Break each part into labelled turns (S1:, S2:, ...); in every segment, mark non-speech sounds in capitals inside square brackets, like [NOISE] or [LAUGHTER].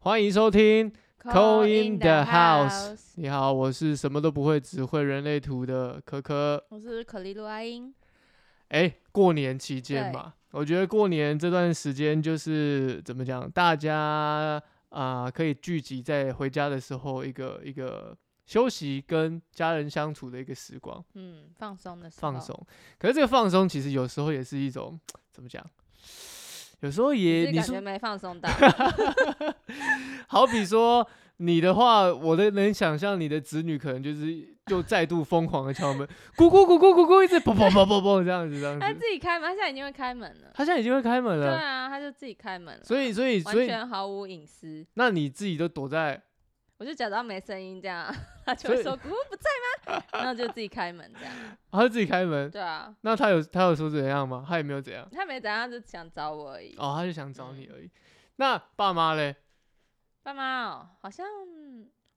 S1: 欢迎收听。Call in the house 你好，我是什么都不会，只会人类图的可可。
S2: 我是可丽露阿英。
S1: 哎，过年期间
S2: 对
S1: 嘛，我觉得过年这段时间就是怎么讲，大家啊、可以聚集在回家的时候，一个一个休息跟家人相处的一个时光，
S2: 嗯，放松的时候。
S1: 放。松。可是这个放松其实有时候也是一种怎么讲？有时候也
S2: 是
S1: 你
S2: 感
S1: 说
S2: 觉没
S1: [LAUGHS]
S2: 放松到。
S1: 好比说你的话，我的能想象你的子女可能就是又再度疯狂的敲门， [LAUGHS] 咕咕咕咕咕咕，一直砰砰砰砰砰这样子这样
S2: [LAUGHS] 他
S1: 子。
S2: 自己开门，他现在已经会开门了。
S1: 他现在已经会开门
S2: 啊对
S1: 了，
S2: 啊，他就自己开门了，
S1: 所以所以所
S2: 完
S1: 以，
S2: 全毫无隐私。
S1: 那你自己都躲在，
S2: 我就假装没声音这样，他就
S1: 所以
S2: 会说“姑姑不在吗？”然后就自己开门这样。
S1: 他自己开门，
S2: 对啊，
S1: 那他有他有说怎样吗？他也没有怎样，
S2: 他没怎样，他就想找我而已。
S1: 哦，他就想找你而已。那爸妈嘞，
S2: 爸妈哦，好像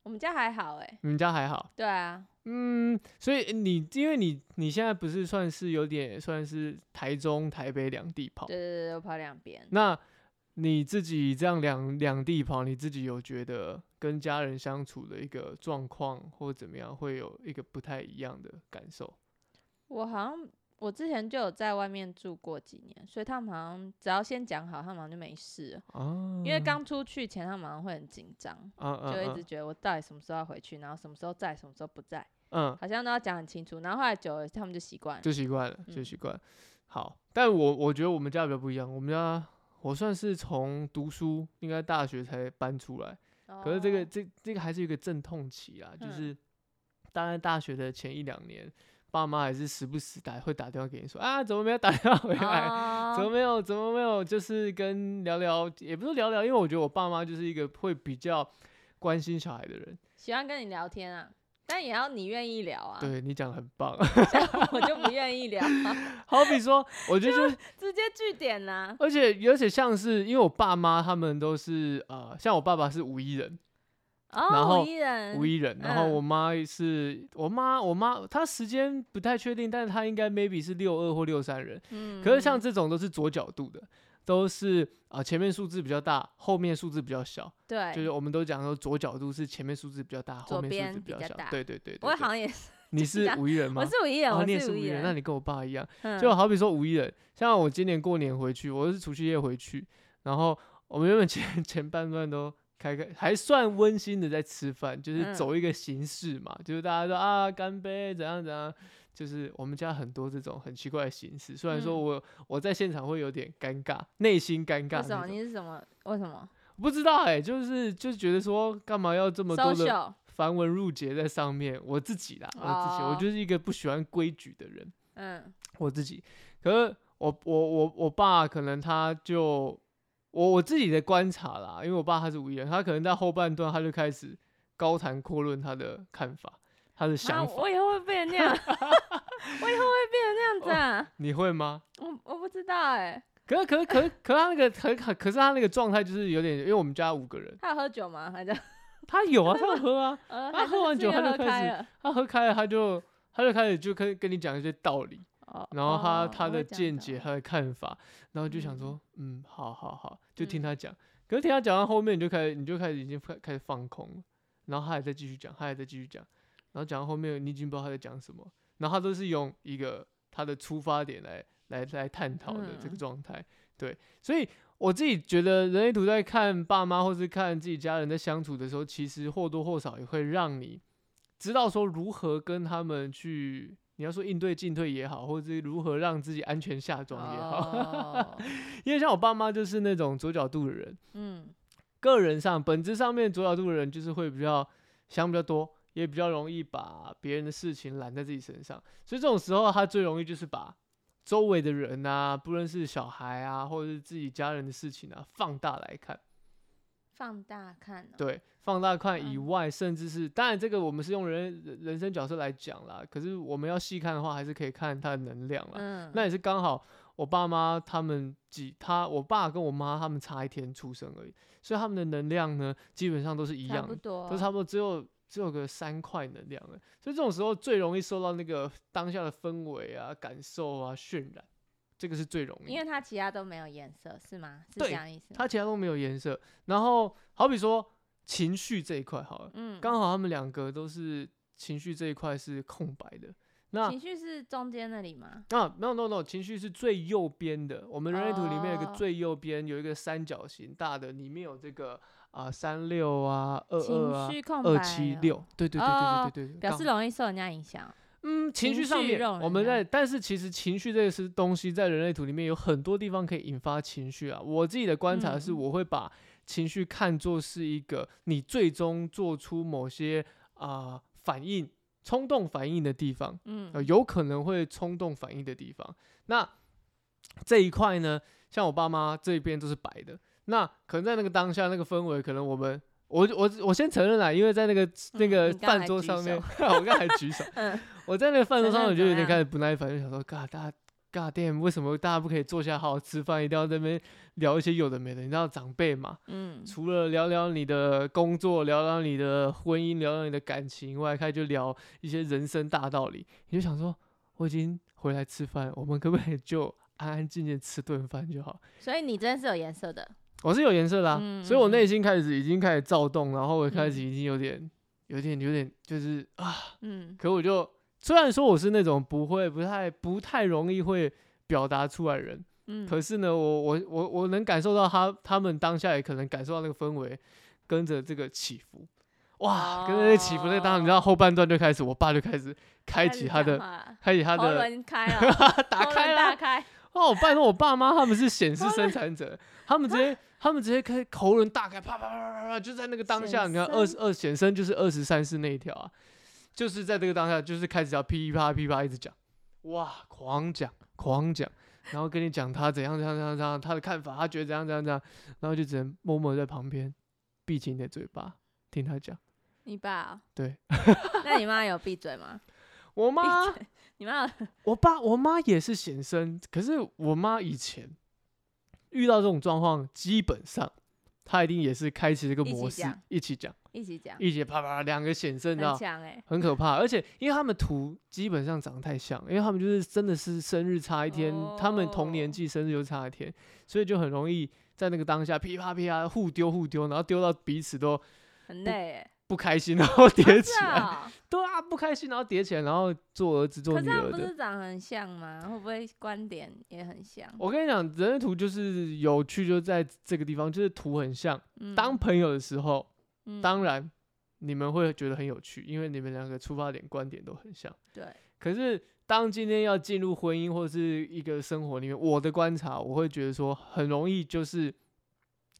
S2: 我们家还好哎、
S1: 你们家还好？
S2: 对啊，
S1: 嗯，所以你因为你你现在不是算是有点算是台中、台北两地跑，
S2: 对对对，我跑两边。
S1: 那你自己这样两两地跑，你自己有觉得跟家人相处的一个状况或怎么样，会有一个不太一样的感受？
S2: 我好像我之前就有在外面住过几年，所以他们好像只要先讲好，他们好像就没事了。
S1: 啊，
S2: 因为刚出去前，他们好像会很紧张，
S1: 嗯嗯
S2: 就一直
S1: 嗯
S2: 觉得我到底什么时候要回去，然后什么时候在，什么时候不在，
S1: 嗯，
S2: 好像都要讲很清楚。然后后来久了，他们就习惯了。
S1: 就习惯了，就
S2: 嗯
S1: 习惯了。好，但我我觉得我们家比较不一样，我们家我算是从读书应该大学才搬出来，可是这个
S2: 哦
S1: 这这个还是有一个阵痛期啊，就
S2: 嗯
S1: 是大概大学的前一两年，爸妈还是时不时打会打电话给你说啊，怎么没有打电话回来？ [LAUGHS] 怎么
S2: 哦
S1: 没有？怎么没有？就是跟聊聊，也不是聊聊，因为我觉得我爸妈就是一个会比较关心小孩的人。
S2: 喜欢跟你聊天啊，但也要你愿意聊啊。
S1: 对你讲得很棒，
S2: [LAUGHS]
S1: [LAUGHS]
S2: 像我就不愿意聊啊，
S1: 好比说，我觉得就是，
S2: 直接据点呐、
S1: 而且而且像是因为我爸妈他们都是呃，像我爸爸是五一人，然
S2: 哦，
S1: 后
S2: 五一人，
S1: 五一人，然后
S2: 嗯
S1: 我妈是我妈，我妈她时间不太确定，但是她应该 maybe 是六二或六三人。
S2: 嗯
S1: 可是像这种都是左角度的，都是啊、呃前面数字比较大，后面数字比较小。
S2: 对，
S1: 就是我们都讲说左角度是前面数字比较大，后
S2: 左
S1: 面数
S2: 边
S1: 字比
S2: 比
S1: 较
S2: 较
S1: 小。
S2: 大
S1: 对对对对
S2: 我
S1: 对
S2: 好像也是，
S1: 你是
S2: 样
S1: 五一人吗？
S2: 我是五一人，
S1: 哦，
S2: 我
S1: 你也
S2: 五
S1: 五一
S2: 一
S1: 人，那你跟我爸一样。就
S2: 嗯
S1: 好比说五一人，像我今年过年回去，我是除夕夜回去，然后我们原本前前半段都。开开还算温馨的在吃饭，就是
S2: 嗯
S1: 走一个形式嘛，就是大家说啊干杯怎样怎样，就是我们家很多这种很奇怪的形式。虽然说
S2: 嗯
S1: 我、我在现场会有点尴尬，内心尴尬那
S2: 为什么？
S1: 种，
S2: 你是什么？为什么
S1: 不知道哎、就是就是觉得说干嘛要这么多的
S2: ？social
S1: 繁文缛节在上面，我自己啦，我自己，我
S2: 哦
S1: 就是一个不喜欢规矩的人，
S2: 嗯
S1: 我自己。可是我我我我爸可能他就我我自己的观察啦，因为我爸他是五一人，他可能在后半段他就开始高谈阔论他的看法，他的
S2: 啊，
S1: 想法。
S2: 我以后会变成
S1: [LAUGHS]
S2: 那样，我以后会变成那样子啊！
S1: 你会吗？
S2: 我我不知道哎、
S1: 可是可是可是可是他那个可可可是他那个状态就是有点，因为我们家五个人，
S2: 他有喝酒吗？还是
S1: 他有啊，他有喝啊，
S2: [LAUGHS] 呃，
S1: 他
S2: 还是
S1: 喝完
S2: 是
S1: 酒他
S2: 因为
S1: 就
S2: 喝
S1: 开
S2: 开
S1: 始
S2: 了。
S1: 他喝开了他就他就开始就跟跟你讲一些道理。
S2: 哦
S1: 然后他、
S2: 哦
S1: 他
S2: 我会
S1: 的
S2: 这样
S1: 见
S2: 子
S1: 解、
S2: 哦
S1: 他的看法，然后就想
S2: 嗯
S1: 说，嗯，好好好，就听
S2: 嗯
S1: 他讲。可是听他讲到后面，你就开始你就开始已经开开始放空了，然后他还在继续讲，他还在继续讲，然后讲到后面，你已经不知道他在讲什么，然后他都是用一个他的出发点来来来探讨的这个
S2: 嗯
S1: 状态，对，所以。我自己觉得，人类图在看爸妈或是看自己家人在相处的时候，其实或多或少也会让你知道说如何跟他们去，你要说应对进退也好，或者是如何让自己安全下装也好。
S2: 哦
S1: [LAUGHS] 因为像我爸妈就是那种左角度的人，
S2: [LAUGHS] 嗯，
S1: 个人上本质上面左角度的人就是会比较想比较多，也比较容易把别人的事情揽在自己身上，所以这种时候他最容易就是把。周围的人啊，不论是小孩啊，或者是自己家人的事情啊，放大来看，
S2: 放大看、哦。
S1: 对，放大看以
S2: 嗯
S1: 外，甚至是当然，这个我们是用人人人生角色来讲啦。可是我们要细看的话，还是可以看他的能量啦。
S2: 嗯，
S1: 那也是刚好，我爸妈他们几他我爸跟我妈他们差一天出生而已，所以他们的能量呢，基本上都是一
S2: 差
S1: 样
S2: 不
S1: 的，
S2: 多，
S1: 都差不多只有只有个三块能量了。所以这种时候最容易受到那个当下的氛围啊、感受啊渲染。这个是最容易
S2: 因。为它其他都没有颜色，是吗？是这
S1: 对
S2: 样意思吗？
S1: 它其他都没有颜色。然后好比说情绪这一块好了，
S2: 嗯，
S1: 刚好他们两个都是情绪这一块是空白的。那
S2: 情绪是中间那里吗？
S1: 啊，no no no，情绪是最右边的。我们人类图里面有一
S2: 哦
S1: 个最右边有一个三角形大的，里面有这个啊三六啊二二
S2: 情
S1: 啊
S2: 绪空白、
S1: 二七，六，对对对
S2: 哦
S1: 对对对对，
S2: 表
S1: 刚
S2: 示
S1: 好
S2: 容易受人家影响。
S1: 嗯情
S2: 情
S1: 绪上
S2: 绪
S1: 面
S2: 让
S1: 我们
S2: 人啊
S1: 在，但是其实情绪这个是东西在人类图里面有很多地方可以引发情绪啊。我自己的观察是，
S2: 嗯
S1: 我会把情绪看作是一个你最终做出某些啊、反应、冲动反应的地方。
S2: 嗯，
S1: 呃，有可能会冲动反应的地方。那这一块呢，像我爸妈这一边都是白的，那可能在那个当下那个氛围，可能我们。我我我先承认啦，因为在那个那
S2: 嗯
S1: 个
S2: 你刚才
S1: 饭桌
S2: 举
S1: 上面，
S2: 手
S1: [LAUGHS] 我刚才举手，
S2: [LAUGHS] 嗯
S1: 我在那个饭桌
S2: 承
S1: 上
S2: 认
S1: 我就有
S2: 怎么
S1: 点
S2: 样
S1: 开始不耐烦，就想说，God，大家 God damn，为什么大家不可以坐下好好吃饭，一定要在那边聊一些有的没的？你知道长辈嘛，
S2: 嗯，
S1: 除了聊聊你的工作、聊聊你的婚姻、聊聊你的感情外，开始就聊一些人生大道理。你就想说，我已经回来吃饭，我们可不可以就安安静静吃顿饭就好？
S2: 所以你真的是有颜色的，
S1: 我是有颜色的、啊，所以我
S2: 嗯嗯嗯
S1: 内心开始已经开始躁动，然后我开始
S2: 嗯
S1: 已经有点、有点、有点，就是啊，
S2: 嗯，
S1: 可我就虽然说我是那种不会、不太、不太容易会表达出来的人，
S2: 嗯
S1: 可是呢，我我我我能感受到他他们当下也可能感受到那个氛围，跟着这个起伏，哇，跟着那起伏，那当然你知道
S2: 哦
S1: 后半段就开始，我爸就开始开
S2: 开
S1: 启
S2: 始
S1: 他的，
S2: 讲话了
S1: 开启他
S2: 喉
S1: 的，
S2: 轮开了，
S1: [LAUGHS] 打
S2: 喉
S1: 开啊
S2: 轮大
S1: 啦！
S2: 开，
S1: 哦，拜托我爸妈他们是显 [LAUGHS] 示生产者，他们直 [LAUGHS] 接他们直接开喉轮大开，啪啪啪啪啪，就在那个当下，
S2: 显
S1: 你看
S2: 身
S1: 二十二显身就是二十三世那一条啊，就是在这个当下就是开始要噼里啪啦噼里啪啦一直讲，哇，狂讲狂讲，然后跟你讲他怎样怎样怎样怎样，他的看法，他觉得怎样怎样怎样，然后就只能默默在旁边闭紧你的嘴巴听他讲。
S2: 你爸哦、
S1: 对
S2: [LAUGHS] 那你妈有闭嘴吗？
S1: 我
S2: 闭
S1: 妈，
S2: 嘴，你妈有
S1: 我爸，我妈也是显身，可是我妈以前遇到这种状况，基本上她一定也是开启这个
S2: 一起
S1: 模式
S2: 讲，一
S1: 一起讲，
S2: 一起讲，
S1: 一起啪啪两个显身，你知道
S2: 很强哎、
S1: 很可怕，而且因为他们图基本上长得太像，因为他们就是真的是生日差一天，他们同年
S2: 哦
S1: 纪生日就差一天，所以就很容易在那个当下噼啪噼啪互丢互丢，然后丢到彼此都
S2: 很累哎、
S1: 不开心，然后 [LAUGHS] 叠起
S2: 是
S1: 来，
S2: 啊、
S1: 对啊，不开心然后叠起来，然后做儿子 [LAUGHS] 做
S2: 可是
S1: 女
S2: 他
S1: 儿
S2: 们不
S1: 的。
S2: 是长得很像吗？会不会观点也很像？
S1: 我跟你讲，人类图就是有趣，就在这个地方，就是图很像。
S2: 嗯
S1: 当朋友的时候，
S2: 嗯
S1: 当然你们会觉得很有趣，因为你们两个出发点、观点都很像。
S2: 对，
S1: 可是当今天要进入婚姻或是一个生活里面，我的观察，我会觉得说很容易就是，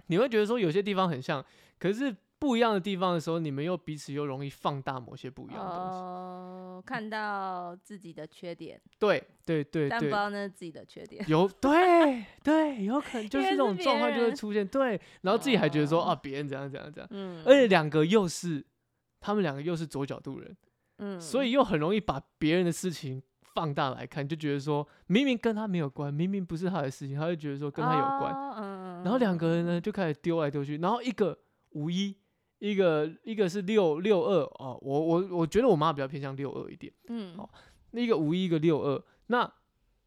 S1: 你会觉得说有些地方很像，可是不一样的地方的时候，你们又彼此又容易放大某些不一样的东西。
S2: 哦，看到自己的缺点，
S1: 对对对
S2: 但不知
S1: 对。
S2: 道那是自己的缺点。
S1: 有对对，有可能就
S2: 因
S1: 是这
S2: 为是
S1: 种
S2: 别
S1: 状况就会
S2: 人
S1: 出现，对，然后自己还觉得说、
S2: 哦
S1: 啊，别人怎样怎样怎样，
S2: 嗯，
S1: 而且两个又是，他们两个又是左角度人，
S2: 嗯，
S1: 所以又很容易把别人的事情放大来看，就觉得说明明跟他没有关，明明不是他的事情，他就觉得说跟他有关。
S2: 哦嗯，
S1: 然后两个人
S2: 嗯
S1: 呢就开始丢来丢去，然后一个五一，一个一个是六六二哦，我我我觉得我妈比较偏向六二一点，
S2: 嗯，
S1: 哦那一个五一一个六二，那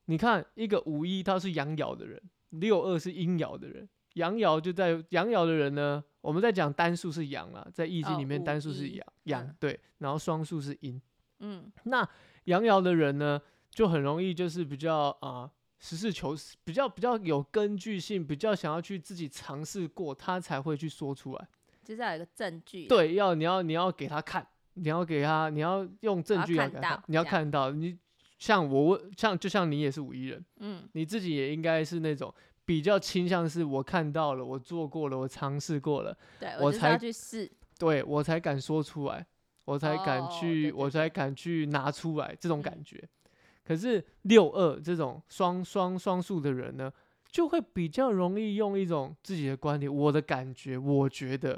S1: 你看一个五一他是阳爻的人，六二是阴爻的人，阳爻就在阳爻的人呢，我们在讲单数是阳啦，在易经
S2: 哦
S1: 里面
S2: 五
S1: 单数是
S2: 一
S1: 阳阳
S2: 嗯
S1: 对，然后双数是阴。
S2: 嗯
S1: 那阳爻的人呢，就很容易就是比较啊、实事求是，比较比较有根据性，比较想要去自己尝试过，他才会去说出来。
S2: 就是要有一个证据，，啊
S1: 对，要你要你要给他看，你要给他，你要用证
S2: 要
S1: 据来
S2: 看
S1: 给他看
S2: 到
S1: 你要
S2: 这样
S1: 看到你。像我问，像就像你也是五一人，
S2: 嗯
S1: 你自己也应该是那种比较倾向是我看到了，我做过了，我尝试过了，
S2: 对，
S1: 我
S2: 就是
S1: 才
S2: 要去试，
S1: 对我才敢说出来，我才敢
S2: 哦
S1: 去，
S2: 对对
S1: 我才敢去拿出来这种
S2: 嗯
S1: 感觉。可是六二这种双双双数的人呢，就会比较容易用一种自己的观点、我的感觉、我觉得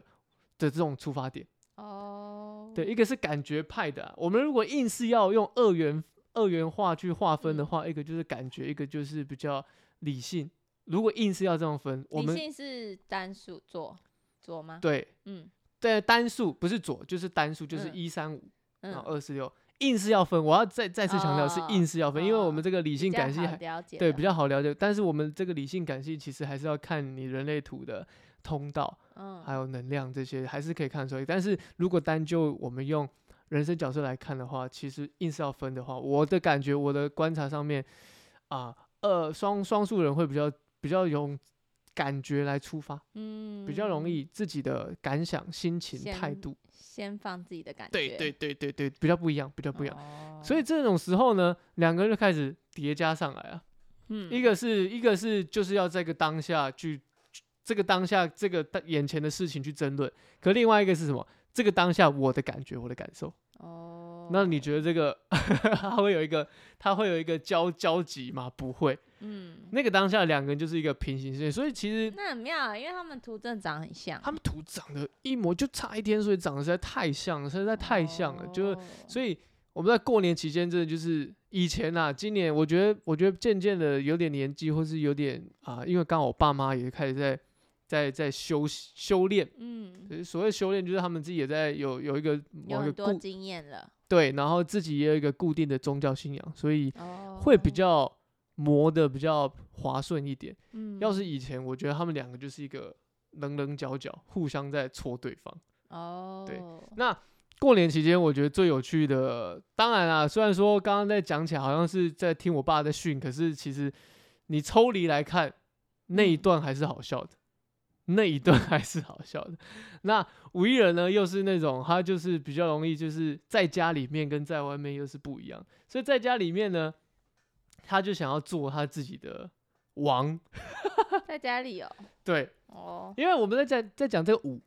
S1: 的这种出发点。
S2: 哦，
S1: 对，，一个是感觉派的啊、我们如果硬是要用二元二元化去划分的
S2: 嗯
S1: 话，一个就是感觉，一个就是比较理性。如果硬是要这样分，我
S2: 理
S1: 们
S2: 性是单数左左吗？，
S1: 对
S2: 嗯
S1: 对单数不是左就是单数，就是
S2: 嗯
S1: 一三五，然后
S2: 嗯，
S1: 二四六硬是要分，我要再再次强调是
S2: 哦
S1: 硬是要分，因为我
S2: 哦
S1: 们这个理性
S2: 比较
S1: 感性
S2: 好
S1: 还
S2: 了解
S1: 对
S2: 的
S1: 比较好了解，但是我们这个理性感性其实还是要看你人类图的通道
S2: 嗯
S1: 还有能量这些，还是可以看出来。但是如果单就我们用人生角色来看的话，其实硬是要分的话，我的感觉我的观察上面啊，呃，双双数人会比较比较用感觉来出发，
S2: 嗯
S1: 比较容易自己的感想、心情、态
S2: 先
S1: 度，
S2: 先放自己的感觉，嗯
S1: 对对对对对，比较不一样，比较不一样。
S2: 样
S1: 所以这种时候呢，两个就开始叠加上来啊。一
S2: 嗯
S1: 个是一个是就是要这个当下去，这个当下这个当眼前的事情去争论，可另外一个是什么？这个当下我的感觉，我的感受。
S2: 哦，
S1: 那你觉得这个 [LAUGHS] 它会有一个它会有一个交交集吗？不会，
S2: 嗯，
S1: 那个当下两个人就是一个平行线，所以其实
S2: 那很妙啊，因为他们图真的长得很像，
S1: 他们图长得一模，就差一天，所以长得实在太像了，实在太像了，就是
S2: 哦
S1: 所以我们在过年期间，真的就是以前啊，今年我觉得，我觉得渐渐的有点年纪，或是有点啊、因为刚好我爸妈也开始在在在修修炼。
S2: 嗯，
S1: 呃所谓修炼，就是他们自己也在有有一个
S2: 有
S1: 某一
S2: 很
S1: 个
S2: 多
S1: 固
S2: 经验了，
S1: 对，然后自己也有一个固定的宗教信仰，所以
S2: 哦，
S1: 会比较磨的比较滑顺一点。
S2: 嗯，
S1: 要是以前，我觉得他们两个就是一个棱棱角角，互相在戳对方。
S2: 哦，
S1: 对那过年期间，我觉得最有趣的，当然啦，虽然说刚刚在讲起来好像是在听我爸在训，可是其实你抽离来看，那一
S2: 嗯
S1: 段还是好笑的，那一段还是好笑的。那五一人呢，又是那种他就是比较容易，就是在家里面跟在外面又是不一样，所以在家里面呢，他就想要做他自己的王，
S2: 在家里哦，
S1: 对，
S2: 哦，
S1: 因为我们在在在讲这个五，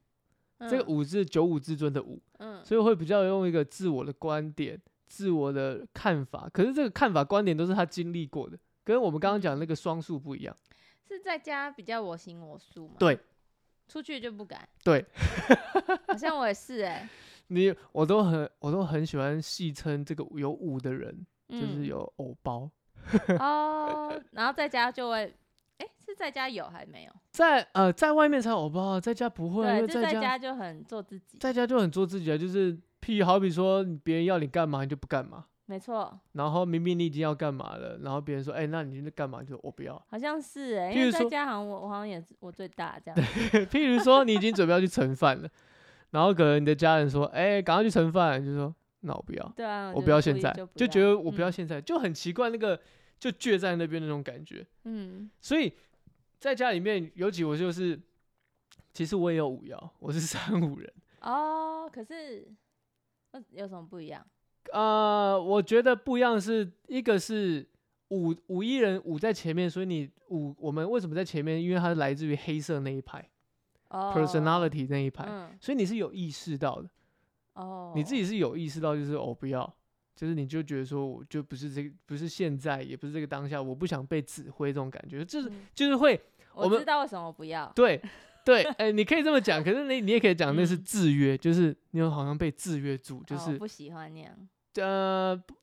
S1: 这个
S2: 嗯，
S1: 五是九五至尊的五。
S2: 嗯，
S1: 所以会比较用一个自我的观点、自我的看法。可是这个看法、观点都是他经历过的，跟我们刚刚讲的那个双数不一样。
S2: 是在家比较我行我素嘛，
S1: 对，
S2: 出去就不敢，
S1: 对，
S2: [LAUGHS] 好像我也是哎，
S1: 你我都很我都很喜欢戏称这个有五的人就是
S2: 嗯
S1: 有偶包，
S2: 哦，然后在家就会，哎，是在家有还没有？
S1: 在呃在外面才有偶包啊，在家不会啊，因
S2: 对，
S1: 为
S2: 就
S1: 在家
S2: 家就很做自己，
S1: 在家就很做自己啊，就是譬如好比说别人要你干嘛你就不干嘛。
S2: 没错，
S1: 然后明明你已经要干嘛了，然后别人说，哎、那你就干嘛？你就我不要。
S2: 好像是哎，
S1: 譬
S2: 因
S1: 如
S2: 为在
S1: 说
S2: 家好像我我好像也是我最大这样，
S1: [LAUGHS] 譬如说你已经准备要去盛饭了，然后可能你的家人说：“哎、赶快去盛饭。”就说：“那我不要，[LAUGHS]
S2: 对啊，
S1: 我
S2: 就
S1: 不要
S2: 故
S1: 现
S2: 意
S1: 在。
S2: 就”不
S1: 就
S2: 要
S1: 觉得我不要
S2: 嗯
S1: 现在，就很奇怪那个就倔在那边那种感觉。
S2: 嗯，
S1: 所以在家里面，尤其我就是，其实我也有五爻，我是三五人。 [LAUGHS]
S2: 哦，可是呃有什么不一样？
S1: 呃，我觉得不一样是一个是。五五一人五在前面，所以你五我们为什么在前面？因为它来自于黑色那一派、
S2: 哦
S1: p e r s o n a l i t y 那一派，
S2: 嗯，
S1: 所以你是有意识到的。
S2: 哦，
S1: 你自己是有意识到，就是哦，不要，就是你就觉得说，我就不是这个，不是现在，也不是这个当下，我不想被指挥这种感觉，就是
S2: 嗯
S1: 就是会我
S2: 我
S1: 们
S2: 知道为什么我不要， [LAUGHS]
S1: 对对，哎、你可以这么讲，可是你你也可以讲那是
S2: 嗯
S1: 制约，就是你好像被制约住，就
S2: 哦
S1: 是、
S2: 不喜欢那样，
S1: 呃，不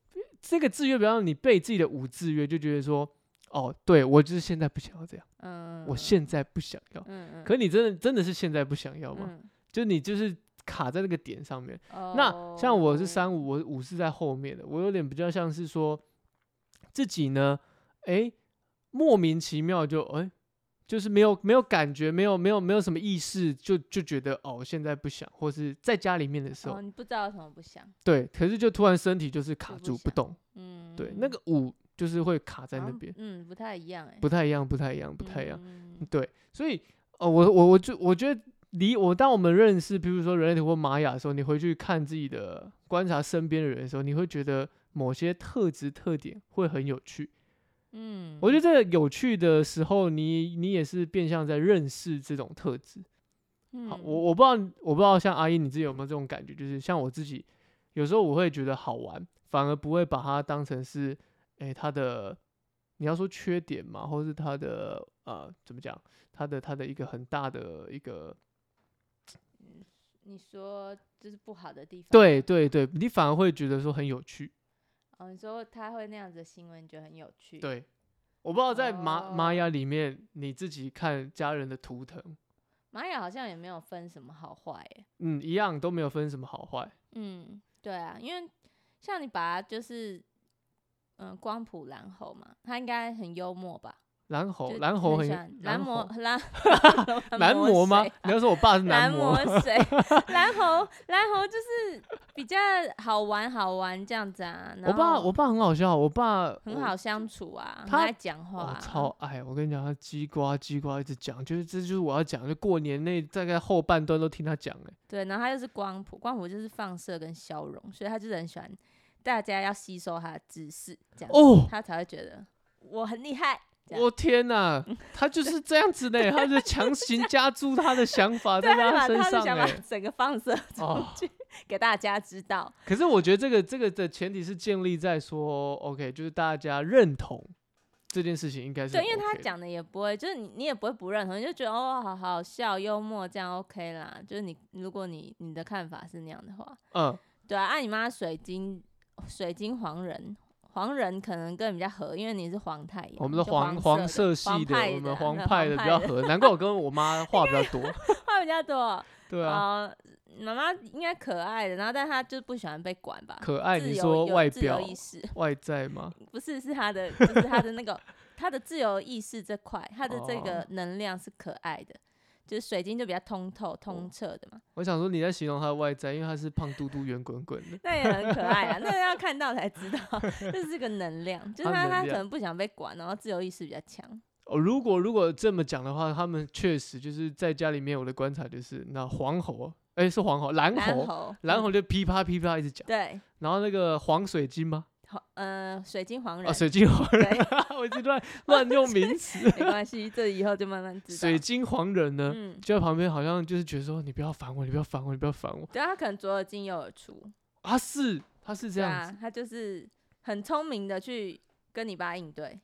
S1: 这个制约，比方说你被自己的无制约，就觉得说，哦，对我就是现在不想要这样，
S2: 嗯，
S1: 我现在不想要，
S2: 嗯嗯，
S1: 可你真的真的是现在不想要吗？
S2: 嗯
S1: 就你就是卡在那个点上面。
S2: 哦
S1: 那像我是三五，我五是在后面的，我有点比较像是说自己呢，诶，莫名其妙就诶，就是没有没有感觉，没有没有没有什么意识，就就觉得哦，现在不想，或是在家里面的时候，
S2: 哦，你不知道为什么不想，
S1: 对，可是就突然身体就是卡
S2: 就不
S1: 住不
S2: 想
S1: 动，
S2: 嗯，
S1: 对，那个五就是会卡在
S2: 好
S1: 那
S2: 像
S1: 边，
S2: 嗯，不太一样哎，
S1: 不太一样，不太一样，不太一样。
S2: 嗯，
S1: 对，所以呃，我我我就我觉得离我当我们认识，比如说人类图或玛雅的时候，你回去看自己的观察身边的人的时候，你会觉得某些特质特点会很有趣。
S2: 嗯，
S1: 我觉得这个有趣的时候，你你也是变相在认识这种特质。
S2: 得
S1: 好，我我不知道我不知道像阿英你自己有没有这种感觉，就是像我自己，有时候我会觉得好玩，反而不会把它当成是，诶、它的你要说缺点嘛，或是它的呃怎么讲，它的它的一个很大的一个，
S2: 你说就是不好的地方，
S1: 对，对对，你反而会觉得说很有趣。
S2: 哦，你说他会那样子的行为，你觉得很有趣，，
S1: 对，我不知道在玛玛
S2: 哦
S1: 雅里面你自己看家人的图腾，
S2: 玛雅好像也没有分什么好坏哎。
S1: 嗯，一样都没有分什么好坏，
S2: 嗯，对啊，因为像你把他就是，嗯，光谱蓝猴嘛，他应该很幽默吧？
S1: 蓝猴，
S2: 就
S1: 哦蓝猴
S2: 很
S1: 很
S2: 喜欢蓝
S1: 蓝
S2: 魔
S1: 猴
S2: 蓝
S1: [LAUGHS] 男模吗
S2: 谁？啊
S1: 你要说我爸是
S2: [LAUGHS] 蓝
S1: 男模 [LAUGHS]
S2: 魔，谁？蓝猴，蓝猴就是比较好玩，好玩这样子啊。然
S1: 我爸
S2: 后
S1: 我爸很好笑，我爸
S2: 很好相处啊，很
S1: 他
S2: 爱讲话、
S1: 我
S2: 啊。
S1: 超爱，我跟你讲，他叽呱叽呱一直讲，就是这就是我要讲，就过年那大概后半段都听他讲哎、
S2: 对，然后他又是光谱，光谱就是放射跟消融，所以他就是很喜欢大家要吸收他的知识，这样子
S1: 哦
S2: 他才会觉得我很厉害。这样
S1: 我天哪，
S2: [LAUGHS]
S1: 他就是这样子的，欸他就强行加注他的想法
S2: 啊对，
S1: 哦在
S2: 他就把
S1: 身
S2: 他的
S1: 上
S2: 想
S1: 哎、
S2: 法整个放射 [LAUGHS]
S1: 哦
S2: 出去、给大家知道。
S1: 可是我觉得这个这个的前提是建立在说，OK，就是大家认同这件事情应该是、
S2: 对，
S1: OK、
S2: 因为他，讲的也不会，就是你你也不会不认同，你就觉得哦，好好笑、幽默这样 OK 啦。就是你如果你你的看法是那样的话，
S1: 嗯，
S2: 对啊，按、你妈水晶水晶黄人。黄人可能跟你比较合，因为你是黄太阳，
S1: 我们的
S2: 就
S1: 黄
S2: 黄
S1: 色
S2: 的
S1: 系
S2: 黄派
S1: 我们
S2: 啊
S1: 黄
S2: 对
S1: 派的比较合，难怪我跟我
S2: [LAUGHS]
S1: 妈话比较多，
S2: 话比较多。
S1: [LAUGHS] 对啊，
S2: 呃，妈妈应该可爱的，然后但她就不喜欢被管吧？
S1: 可爱，
S2: 自
S1: 你
S2: 由
S1: 说
S2: 有
S1: 外
S2: 自由
S1: 表
S2: 意识 [LAUGHS]
S1: 外在吗？
S2: 不是是她的，就是她的那个她的自由意识这块，她的这个
S1: 哦
S2: 能量是可爱的，就是水晶就比较通透、通彻的嘛，
S1: 我想说你在形容他的外在，因为他是胖嘟嘟、圆滚滚的。
S2: 那也很可爱啊。那个要看到才知道，这是个能量，
S1: [LAUGHS]
S2: 就是
S1: 她
S2: 她
S1: 哦能
S2: 她可
S1: 量
S2: 能不想被管，然后自由意识比较强。
S1: 哦，如果如果这么讲的话，他们确实就是在家里面，我的观察就是，那黄猴，哎、是黄猴，蓝
S2: 蓝
S1: 猴，
S2: 猴，
S1: 蓝
S2: 嗯
S1: 猴就噼啪噼啪一直讲，
S2: 对，
S1: 然后那个黄水晶吗？
S2: 好，呃，水晶黄人
S1: 啊，，水晶黄人， [LAUGHS]
S2: 对，
S1: 我一直乱乱用 [LAUGHS] 名词，
S2: 没关系，这以后就慢慢知道
S1: 水。晶黄人呢，
S2: 嗯，
S1: 就在旁边好像就是觉得说，你不要烦我，你不要烦我，你不要烦我，
S2: 对，啊他可能左耳进右耳出，
S1: 他是他是这
S2: 对
S1: 样
S2: 啊
S1: 子，，
S2: 他就是很聪明的去跟你爸应
S1: [LAUGHS]
S2: 对，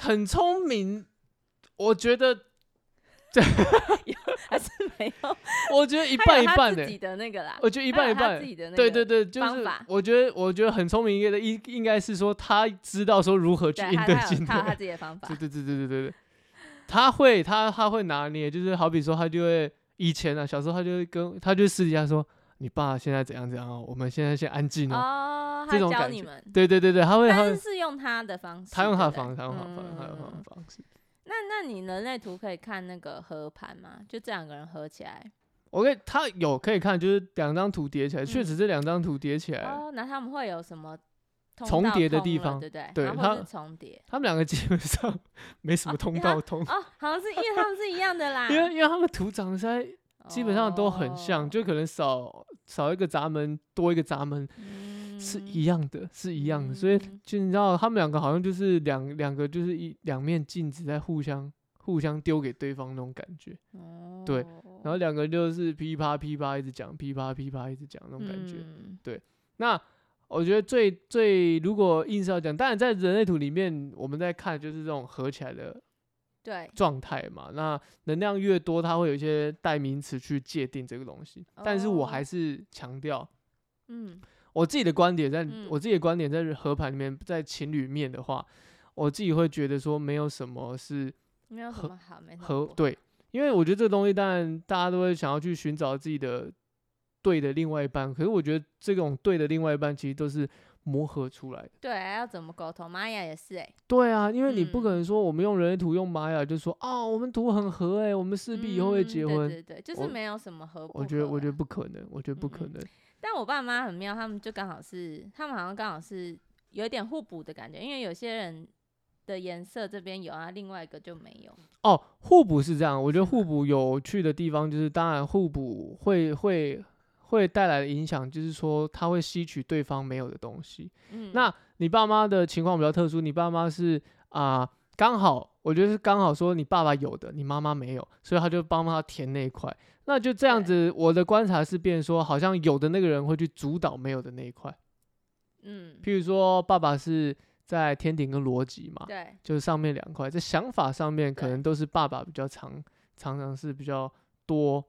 S1: 很聪明，我觉得
S2: 还是没有
S1: 我觉得一
S2: 他
S1: 半
S2: 有
S1: 一半
S2: 他
S1: 的、
S2: 自己的那个啦，
S1: 我觉得一
S2: 一
S1: 半一半
S2: 自，己的那个
S1: 对对对，就
S2: 方
S1: 是
S2: 法
S1: 我觉得我觉得很聪明的应应该是说他知道说如何去
S2: 对，
S1: 应
S2: 他
S1: 对
S2: 他有
S1: 进
S2: 他有他
S1: 退，
S2: 自己的方法
S1: 对，对对对对对对，他会他他会拿捏，就是好比说他就会以前啊小时候他就会跟他就私底下说你爸现在怎样怎样哦，我们现在先安静哦，
S2: 哦，
S1: 这
S2: 他
S1: 种
S2: 教
S1: 感
S2: 你
S1: 觉
S2: 们，
S1: 对对对对，他会他
S2: 但是
S1: 会
S2: 是用他的方式，
S1: 他用他的
S2: 对
S1: 方
S2: 不
S1: 式，
S2: 对
S1: 他用他的方式，他用他的
S2: 嗯
S1: 方式。
S2: 那那你人类图可以看那个合盘吗？就这两个人合起来，
S1: 我给他有可以看，就是两张图叠起来，确
S2: 嗯
S1: 实这两张图叠起来，
S2: 哦，那他们会有什么通
S1: 重
S2: 道
S1: 叠的
S2: 通
S1: 地
S2: 了
S1: 方
S2: 对不对？
S1: 对
S2: 然后或
S1: 他
S2: 者是重叠。
S1: 他们两个基本上 [LAUGHS] 没什么通
S2: 他
S1: 道通，
S2: 哦，好像是因为他们是一样的
S1: [LAUGHS]
S2: 啦，
S1: 因为因为他们图长得实在基本上都很像，
S2: 啊哦
S1: 就可能少少一个闸门，多一个闸门是
S2: 嗯
S1: 一样的，是一样的。所以
S2: 嗯
S1: 就你知道，他们两个好像就是两两个就是一两面镜子在互相互相丢给对方那种感觉，对
S2: 哦
S1: 然后两个就是噼啪噼啪一直讲，噼啪噼啪一直讲那种感觉。
S2: 嗯
S1: 那我觉得最最如果硬是要讲，当然在人类图里面，我们在看就是这种合起来的
S2: 对，
S1: 状态嘛。那能量越多，它会有一些代名词去界定这个东西。但是我
S2: 哦
S1: 还是强调
S2: 嗯，
S1: 我自己的观点在，
S2: 嗯
S1: 我自己的观点在合盘里面，在情侣面的话，我自己会觉得说没有什么是
S2: 没有
S1: 合
S2: 什么好，没什么
S1: 合
S2: 不好，
S1: 对，因为我觉得这个东西当然大家都会想要去寻找自己的对的另外一半，可是我觉得这种对的另外一半其实都是磨合出来的。
S2: 对，要怎么沟通？玛雅也是哎，
S1: 对啊，因为你不可
S2: 嗯
S1: 能说我们用人类图用玛雅就说啊，我们图很合哎、我们势必以后会
S2: 嗯
S1: 结
S2: 对
S1: 婚。
S2: 对对，就
S1: 我
S2: 是没有什么合不
S1: 我觉得，
S2: 合
S1: 我觉得
S2: 啦，
S1: 不可能，我觉得不可
S2: 嗯嗯
S1: 能。
S2: 但我爸妈很妙，他们就刚好是，他们好像刚好是有点互补的感觉，因为有些人的颜色这边有啊，另外一个就没有，
S1: 哦，互补是这样，我觉得
S2: 是
S1: 互
S2: 吗
S1: 补有趣的地方就是，当然互补会会会带来的影响，就是说他会吸取对方没有的东西。
S2: 嗯，
S1: 那你爸妈的情况比较特殊，你爸妈是啊、刚好我觉得是刚好说你爸爸有的，你妈妈没有，所以他就帮他填那一块。那就这样子，我的观察是变成说，好像有的那个人会去主导没有的那一块。
S2: 嗯，
S1: 譬如说，爸爸是在天顶跟逻辑嘛，
S2: 对，
S1: 就是上面两块，在想法上面可
S2: 对
S1: 能都是爸爸比较常常常是比较多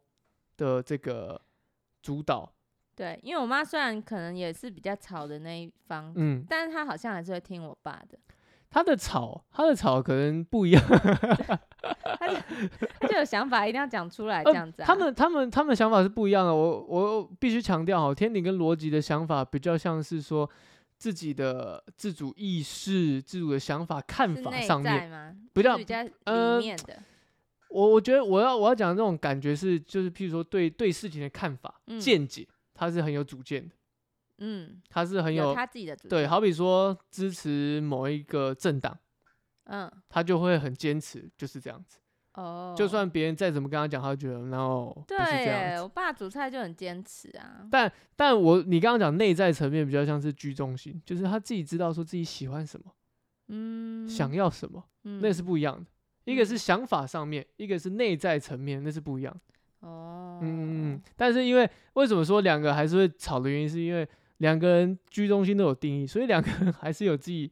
S1: 的这个主导，
S2: 对，因为我妈虽然可能也是比较吵的那一方，
S1: 嗯，
S2: 但是她好像还是会听我爸的，
S1: 它的草，它的草可能不一样。
S2: 就有想法一定要讲出来这
S1: 呃
S2: 样子、
S1: [LAUGHS]
S2: 啊
S1: 他们他们他们想法是不一样的。我我必须强调哈，天顶跟逻辑的想法比较像是说自己的自主意识、自主的想法、看
S2: 是
S1: 法
S2: 内
S1: 上面
S2: 在吗？
S1: 不叫
S2: 是比较里
S1: 呃
S2: 面的，
S1: 我我觉得我要我要讲的这种感觉是，就是譬如说对对事情的看法、
S2: 嗯
S1: 见解，他是很有主见的，
S2: 嗯，
S1: 他是很
S2: 有
S1: 有
S2: 他自己的主
S1: 对，
S2: 见，
S1: 好比说支持某一个政党，
S2: 嗯，
S1: 他就会很坚持，就是这样子。
S2: 哦，
S1: 就算别人再怎么跟他讲，他就觉得然后不
S2: 对
S1: 是这样
S2: 耶，
S1: 子。
S2: 我爸煮菜就很坚持啊，
S1: 但我你刚刚讲内在层面比较像是居中心，就是他自己知道说自己喜欢什么，
S2: 嗯，
S1: 想要什么，那
S2: 那
S1: 是不一样的。一个是
S2: 嗯
S1: 想法上面，一个是内在层面，那是不一样的。
S2: 哦，
S1: 嗯，嗯，但是因为为什么说两个还是会吵的原因，是因为两个人居中心都有定义，所以两个人还是有自己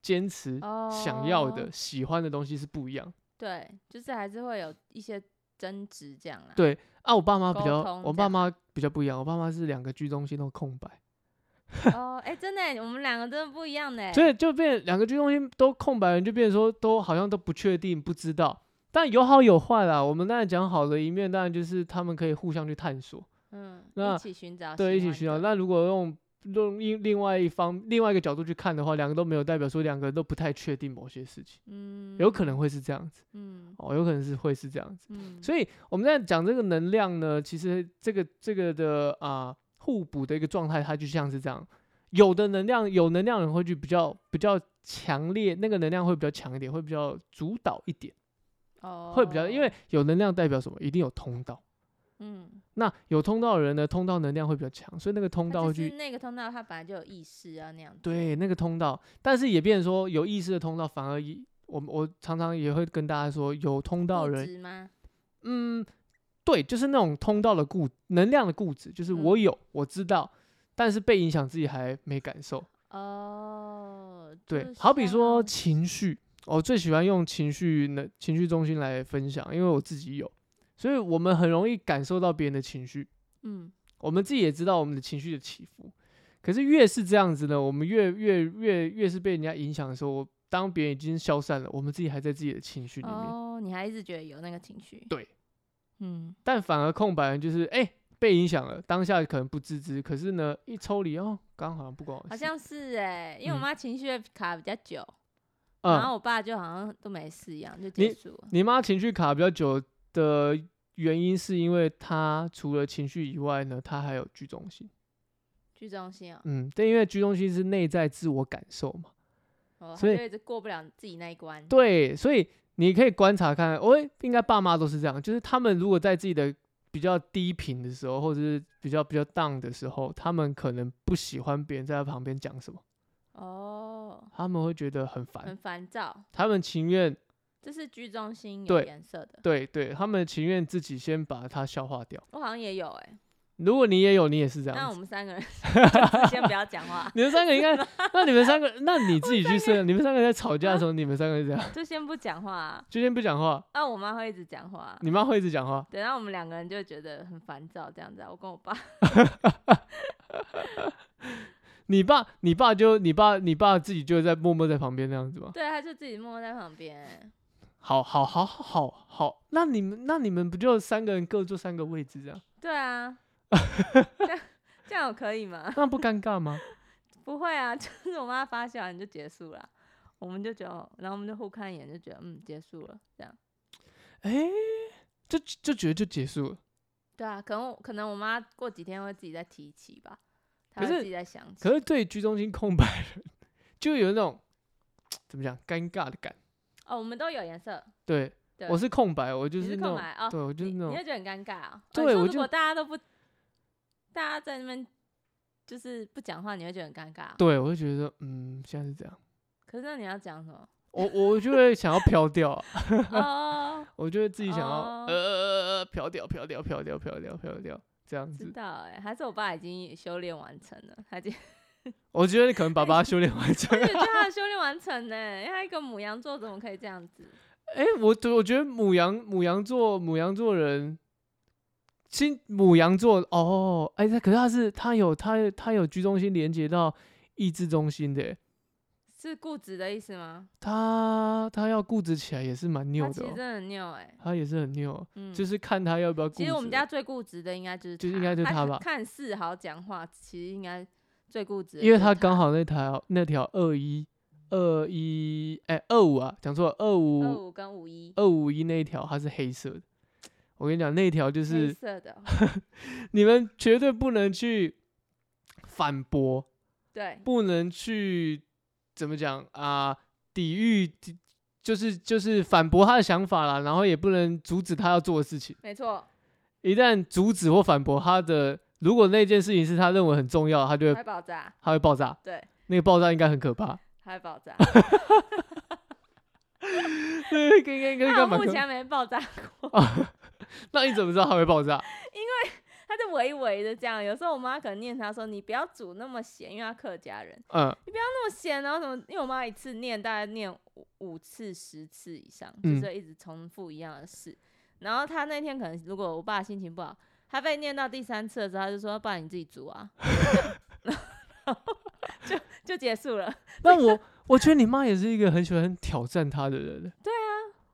S1: 坚持
S2: 哦，
S1: 想要的、喜欢的东西是不一样。
S2: 对，就是还是会有一些争执这样啦。
S1: 对啊，我爸妈比
S2: 沟
S1: 较
S2: 通，
S1: 我
S2: 这
S1: 爸
S2: 样
S1: 妈比较不一样，我爸妈是两个居中心都空白，
S2: 哦，哎、真的耶，我们两个真的不一样呢。
S1: 所以就变两个居中心都空白人，就变成说都好像都不确定、不知道。但有好有坏啦，我们当然讲好的一面，当然就是他们可以互相去探索。
S2: 嗯，
S1: 那
S2: 一起寻找，
S1: 对，一起寻找。。那如果用用另另外一方另外一个角度去看的话，两个都没有代表说两个人都不太确定某些事情，
S2: 嗯，
S1: 有可能，会是这样子
S2: 嗯
S1: 哦，有可能是会是这样子。
S2: 嗯，
S1: 所以我们在讲这个能量呢，其实这个这个的啊、互补的一个状态，它就像是这样，有的能量有能量人会去比较比较强烈，那个能量会比较强一点，会比较主导一点，
S2: 哦，
S1: 会比较因为有能量代表什么，一定有通道。
S2: 嗯，
S1: 那有通道的人呢，通道能量会比较强，所以那个通
S2: 它
S1: 道
S2: 就
S1: 会去
S2: 是那个通道，它本来就有意识啊，那样子。
S1: 对，那个通道，但是也变成说有意识的通道，反而一我们我常常也会跟大家说，有通道
S2: 固
S1: 人，
S2: 执吗？
S1: 嗯，对，就是那种通道的固能量的固执，就是我
S2: 嗯
S1: 有、我知道，但是被影响自己还没感受。
S2: 哦，
S1: 对
S2: 就，
S1: 好比说
S2: 像，
S1: 情绪，我最喜欢用情绪能情绪中心来分享，因为我自己有，所以我们很容易感受到别人的情绪，
S2: 嗯，
S1: 我们自己也知道我们的情绪的起伏，可是越是这样子呢，我们越越越越是被人家影响的时候，我当别人已经消散了，我们自己还在自己的情绪里面，
S2: 哦，你还一直觉得有那个情绪。
S1: 对，
S2: 嗯，
S1: 但反而空白人就是哎、被影响了，当下可能不自知，可是呢一抽离哦，刚好像不关我的
S2: 好
S1: 事
S2: 像是哎、因为我
S1: 嗯
S2: 妈情绪会卡比较久，然
S1: 嗯，
S2: 后我爸就好像都没事一样就结
S1: 你
S2: 束了。
S1: 你妈情绪卡比较久的原因是因为她除了情绪以外呢，她还有居中心，
S2: 去中心哦，
S1: 嗯，但因为居中心是内在自我感受嘛。
S2: 哦，他
S1: 所以
S2: 就一直过不了自己那一关。
S1: 对，所以你可以观察看，我、哦、应该爸妈都是这样，就是他们如果在自己的比较低频的时候，或者是比较比较 down 的时候，他们可能不喜欢别人在他旁边讲什么，
S2: 哦，
S1: 他们会觉得很
S2: 很
S1: 烦，
S2: 烦躁，
S1: 他们情愿
S2: 这是居中心有
S1: 对
S2: 颜色的，
S1: 对对，他们情愿自己先把它消化掉。
S2: 我好像也有哎、
S1: 如果你也有，你也是这
S2: 那
S1: 样
S2: 我
S1: 子。
S2: 们三个人 [LAUGHS] 就先不要讲话， [LAUGHS]
S1: 你们三个应该，那你们三个，那你自己去设，你们三个在吵架的时候，你们三个是这样，
S2: 就先不讲话啊。
S1: 就先不讲话，
S2: 啊，我妈会一直讲话，啊
S1: 你妈会一直讲话，
S2: 等到我们两个人就会觉得很烦躁这样子、啊。我跟我爸， [LAUGHS]
S1: 你爸，你爸就你爸，你爸自己就在默默在旁边那样子吗？
S2: 对，他就自己默默在旁边。
S1: 好好好好好，那你们那你们不就三个人各坐三个位置这样，
S2: 对
S1: [LAUGHS]
S2: 啊，这样这样我可以吗？
S1: 那不尴尬吗？ [LAUGHS]
S2: 不会啊， [LAUGHS] 就是我妈发笑完就结束了，啊我们就觉得，哦然后我们就互看一眼，就觉得嗯，结束了这样。
S1: 诶，就就觉得就结束了。
S2: 对啊，可能我可能我妈过几天会自己再提起吧，她
S1: 可
S2: 会
S1: 是
S2: 自己再想起。
S1: 可是对居中心空白人，就有那种怎么讲尴尬的感。
S2: 哦，我们都有颜色，
S1: 对，
S2: 对
S1: 我是空白，我就
S2: 你
S1: 是
S2: 是
S1: 那
S2: 空
S1: 种，
S2: 白哦，
S1: 对我就是
S2: 你
S1: 那
S2: 你
S1: 种
S2: 会觉得很尴尬啊、哦。
S1: 对
S2: 你说
S1: 我
S2: 如
S1: 就
S2: 果大家都不，大家在那边就是不讲话，你会觉得很尴尬哦、
S1: 对我就觉得嗯，现在是这样，
S2: 可是那你要讲
S1: [LAUGHS]
S2: 什么？
S1: 我我就会想要飘掉、啊，
S2: 哦，
S1: 我就会自己想要、
S2: 哦
S1: 呃呃呃飘掉飘掉飘掉飘掉飘掉这样
S2: 知
S1: 子。
S2: 道哎、还是我爸已经修炼完成了，他已经 [LAUGHS]
S1: 我觉得你可
S2: 哎
S1: 能把爸修炼完成
S2: 我。觉得他的修炼完成呢、因为他一个母羊座怎么可以这样子？
S1: 哎、我对我觉得母羊母羊座母羊座人，其实母羊座哦，哎、他可是他是他有他有他有居中心连接到意志中心的耶，欸
S2: 是固执的意思吗？
S1: 他他要固执起来也是蛮
S2: 他
S1: 拗
S2: 其
S1: 的、
S2: 实真
S1: 哦，
S2: 的很拗哎，
S1: 他也是很拗哦，
S2: 嗯，
S1: 就是看他要不要固执。
S2: 其实我们家最固执的应该就是
S1: 就是应该就是他吧
S2: 看似好讲话，其实应该最固执的就是，
S1: 因为他刚好那条那条二一二一哎二五啊，讲错了二
S2: 二
S1: 五
S2: 哦五跟五一
S1: 二五一那一条它是黑色的。我跟你讲，那一条就
S2: 黑
S1: 是
S2: 色的哦，
S1: 你们绝对不能去反驳，
S2: 对，
S1: 不能去怎么讲啊、抵御，抵就是就是反驳他的想法啦，然后也不能阻止他要做的事情。
S2: 没错，
S1: 一旦阻止或反驳他的，如果那件事情是他认为很重要，他就会
S2: 还爆炸，
S1: 他会爆炸。
S2: 对，
S1: 那个爆炸应该很可
S2: [LAUGHS]
S1: 怕。
S2: 还
S1: [LAUGHS]
S2: 爆炸。
S1: 对，应该应该应
S2: 他
S1: 该蛮
S2: 目
S1: 可
S2: 前没爆炸，
S1: 啊，那你怎么知道它会爆炸？
S2: 他就微微的这样。有时候我妈可能念他说：“你不要煮那么咸，因为他客家人 [LAUGHS]
S1: 嗯
S2: 那么咸。”然后什么？因为我妈一次念大概念五五次、十次以上，就
S1: 嗯
S2: 是一直重复一样的事。然后他那天可能如果我爸心情不好，他被念到第三次的时候，他就说：“不然你自己煮啊。” [LAUGHS] 然后就就结束了。
S1: 那我我觉得你妈也是一个很喜欢挑战他的人，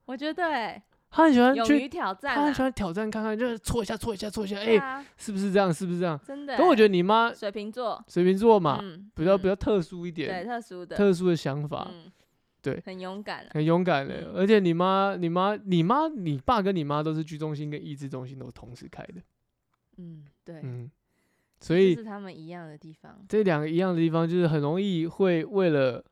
S2: 我觉得、欸，
S1: 她很喜欢
S2: 勇于
S1: 嗯去，
S2: 挑战、
S1: 她
S2: 啊
S1: 很喜，欢挑战看看，就是错一下错一下错一下，哎、
S2: 对啊，
S1: 是不是这样？是不是这样？
S2: 真的、欸。
S1: 可我觉得你妈
S2: 水瓶座
S1: 水瓶座嘛，
S2: 嗯，
S1: 比较
S2: 嗯
S1: 比较特殊一
S2: 对
S1: 点，
S2: 特殊的
S1: 特殊的想法，
S2: 嗯，
S1: 对，
S2: 很勇敢啊。
S1: 很勇敢的、
S2: 嗯
S1: 而且你妈、你妈、你妈、你爸跟你妈都是居中心跟意志中心都同时开的，
S2: 嗯，对，
S1: 嗯，所
S2: 这
S1: 以
S2: 是他们一样的地方。
S1: 这两个一样的地方就是很容易会为了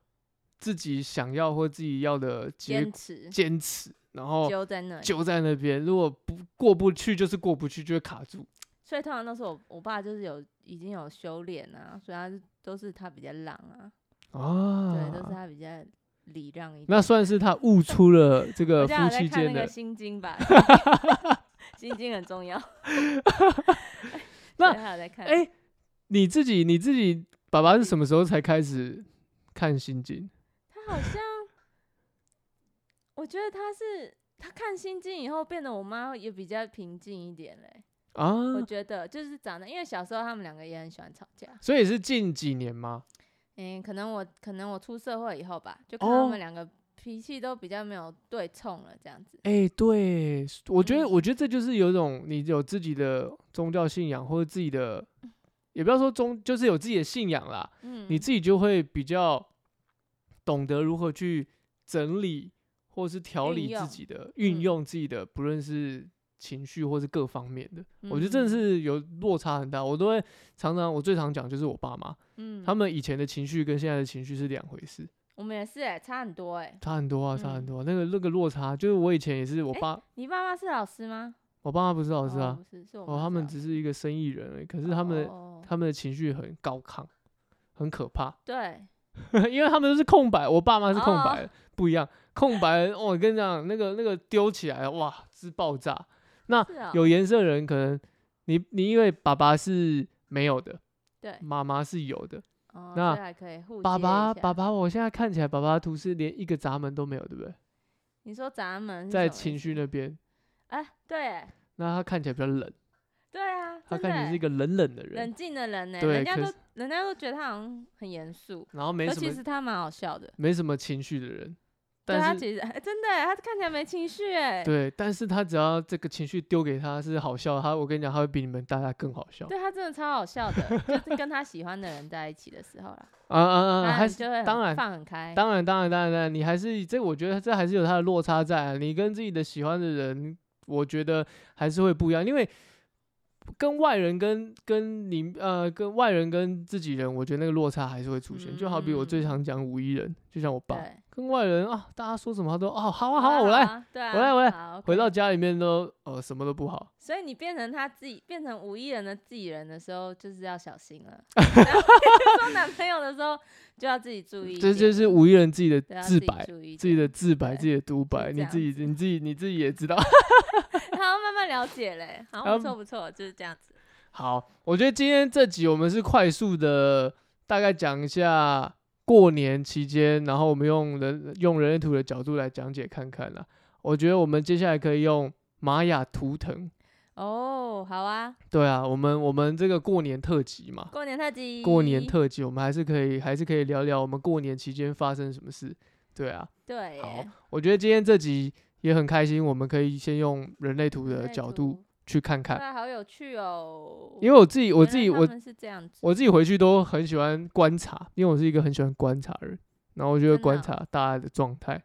S1: 自己想要或自己要的结
S2: 坚持
S1: 坚持，然后
S2: 揪在那里，
S1: 揪在那边。如果不过不去，就是过不去，就会卡住。
S2: 所以通常都是我我爸就是有已经有修炼啊，所以他是都是他比较浪啊，对，都是
S1: 啊，
S2: 他比较礼让一点。
S1: 那算是他悟出了这
S2: [LAUGHS] 我
S1: 个夫
S2: 家有在
S1: 妻
S2: 看那
S1: 间
S2: 个
S1: 的
S2: 《心经》
S1: [LAUGHS]
S2: 吧， [LAUGHS] 心经很重要。
S1: 那
S2: 对还有在看，
S1: 哎、你自己你自己爸爸是什么时候才开始看《心经》？
S2: 他好像，我觉得他是他看《心经》以后变得我妈也比较平静一点嘞、我
S1: 啊，
S2: 觉得就是长得，因为小时候他们两个也很喜欢吵架，
S1: 所以是近几年吗？
S2: 嗯，可能我可能我出社会以后吧，就看他
S1: 哦
S2: 们两个脾气都比较没有对冲了，这样子。
S1: 哎、对，我觉得、
S2: 嗯
S1: 我觉得这就是有种你有自己的宗教信仰或者自己的，也不要说宗，就是有自己的信仰啦。
S2: 嗯，
S1: 你自己就会比较懂得如何去整理或是调
S2: 运
S1: 理自
S2: 用
S1: 己的运
S2: 嗯
S1: 用自己的，不论是情绪或是各方面的。我觉得真
S2: 嗯
S1: 的是有落差很大。我都会常常我最常讲就是我爸妈，
S2: 嗯，
S1: 他们以前的情绪跟现在的情绪是两回事，
S2: 我们也是哎、差很多哎、
S1: 差很多啊，差很
S2: 嗯
S1: 多啊、那个那个落差，就是我以前也是我
S2: 诶
S1: 爸，
S2: 你爸妈是老师吗？
S1: 我爸妈不是老师
S2: 哦
S1: 啊，
S2: 不是，是我
S1: 哦，他们只是一个生意人而已，可是他们、
S2: 哦、
S1: 他们的情绪很高亢，很可怕。 [LAUGHS]
S2: 对，
S1: 因为他们都是空白，我爸妈是空
S2: 哦
S1: 白的，不一样。空白，哦我跟你讲，那个那个丢起来，哇，是爆炸。
S2: 是哦，
S1: 有颜色的人可能你你因为爸爸是没有的，
S2: 对，
S1: 妈妈是有的。
S2: 哦，
S1: 那
S2: 所以还可以互
S1: 爸
S2: 接
S1: 爸
S2: 一下
S1: 爸，爸，我现在看起来爸爸的图是连一个闸门都没有，对不对？
S2: 你说咱们是
S1: 在
S2: 什么意
S1: 情绪
S2: 思
S1: 那边，
S2: 哎、对欸
S1: 那他看起来比较冷，
S2: 对啊，
S1: 他
S2: 真的
S1: 看起来是
S2: 欸
S1: 一个冷冷的人，
S2: 冷静的人呢、
S1: 对
S2: 人家
S1: 可
S2: 都
S1: 是
S2: 人家都觉得他好像很严肃，
S1: 然后没
S2: 尤
S1: 什
S2: 其
S1: 么
S2: 是他蛮好笑的。
S1: 没什么情绪的人。
S2: 对他
S1: 但是
S2: 其实、哎真的欸、他看起来没情绪哎、
S1: 对，但是他只要这个情绪丢给他是好笑，他我跟你讲，他会比你们大家更好笑。
S2: 对他真的超好笑的， [LAUGHS] 就是跟他喜欢的人在一起的时候啦，
S1: 啊啊啊！
S2: 那
S1: 还
S2: 你
S1: 是
S2: 就会很
S1: 当然
S2: 放很开，
S1: 当然，当然，当然，当然，你还是这，我觉得这还是有它的落差在啊、你跟自己的喜欢的人，我觉得还是会不一样，因为跟外人跟跟你呃跟外人跟自己人，我觉得那个落差还是会出现。就好比我最
S2: 嗯
S1: 常讲五一人，就像我爸
S2: 对，
S1: 跟外人啊，大家说什么他都哦好啊
S2: 好
S1: 好啊，
S2: 啊
S1: 我来。
S2: 啊对啊，
S1: 我来我来
S2: 好
S1: 回到
S2: OK
S1: 家里面都呃什么都不好，
S2: 所以你变成他自己，变成五一人的自己人的时候，就是要小心
S1: [LAUGHS]
S2: 了。 [LAUGHS] 做男朋友的时候就要自己注意一点，
S1: 这就是五一人自己的
S2: 对要
S1: 啊自白，
S2: 注意一
S1: 自己 [LAUGHS]
S2: 点，
S1: 的自白，
S2: 对
S1: 自己的独白，
S2: 这
S1: 你
S2: 样
S1: 自己你自己你自己也知道。
S2: [LAUGHS] 他要慢慢了解嘞。好，
S1: 然后
S2: 不错不错，就是这样子。
S1: 好，我觉得今天这集我们是快速的大概讲一下过年期间，然后我们用人用人类图的角度来讲解看看啦。我觉得我们接下来可以用玛雅图腾
S2: 哦，好啊，
S1: 对啊，我们我们这个过年特辑嘛，
S2: 过年特辑，
S1: 过年特辑，我们还是可以还是可以聊聊我们过年期间发生什么事。对啊，
S2: 对耶，
S1: 好，我觉得今天这集也很开心，我们可以先用人类图
S2: 人
S1: 的
S2: 类
S1: 角
S2: 图
S1: 度，去看
S2: 对
S1: 看，
S2: 啊，好有趣哦。
S1: 因为我自己我
S2: 原
S1: 自
S2: 来
S1: 己
S2: 他
S1: 我
S2: 们是这样子，
S1: 我自己回去都很喜欢观察，因为我是一个很喜欢观察的人，然后我就会
S2: 真的
S1: 观
S2: 哦
S1: 察大家的状态，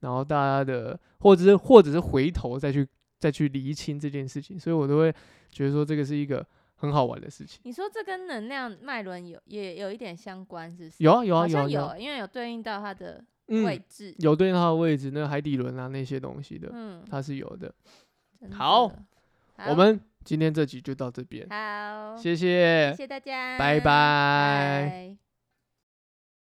S1: 然后大家的或者是或者是回头再去再去厘清这件事情，所以我都会觉得说这个是一个很好玩的事情。
S2: 你说这跟能量脉轮有也有一点相关，是不是？
S1: 有啊有啊
S2: 好
S1: 有啊
S2: 像
S1: 有
S2: 有
S1: 啊，
S2: 因为有对应到它的位
S1: 嗯，
S2: 置。
S1: 有对应它的位置，那个海底轮啊那些东西的，
S2: 嗯，
S1: 它是有的。
S2: 真的
S1: 好
S2: 好
S1: 我们今天这集就到这边，
S2: 好，
S1: 谢谢
S2: 谢谢大家，
S1: 拜拜
S2: 拜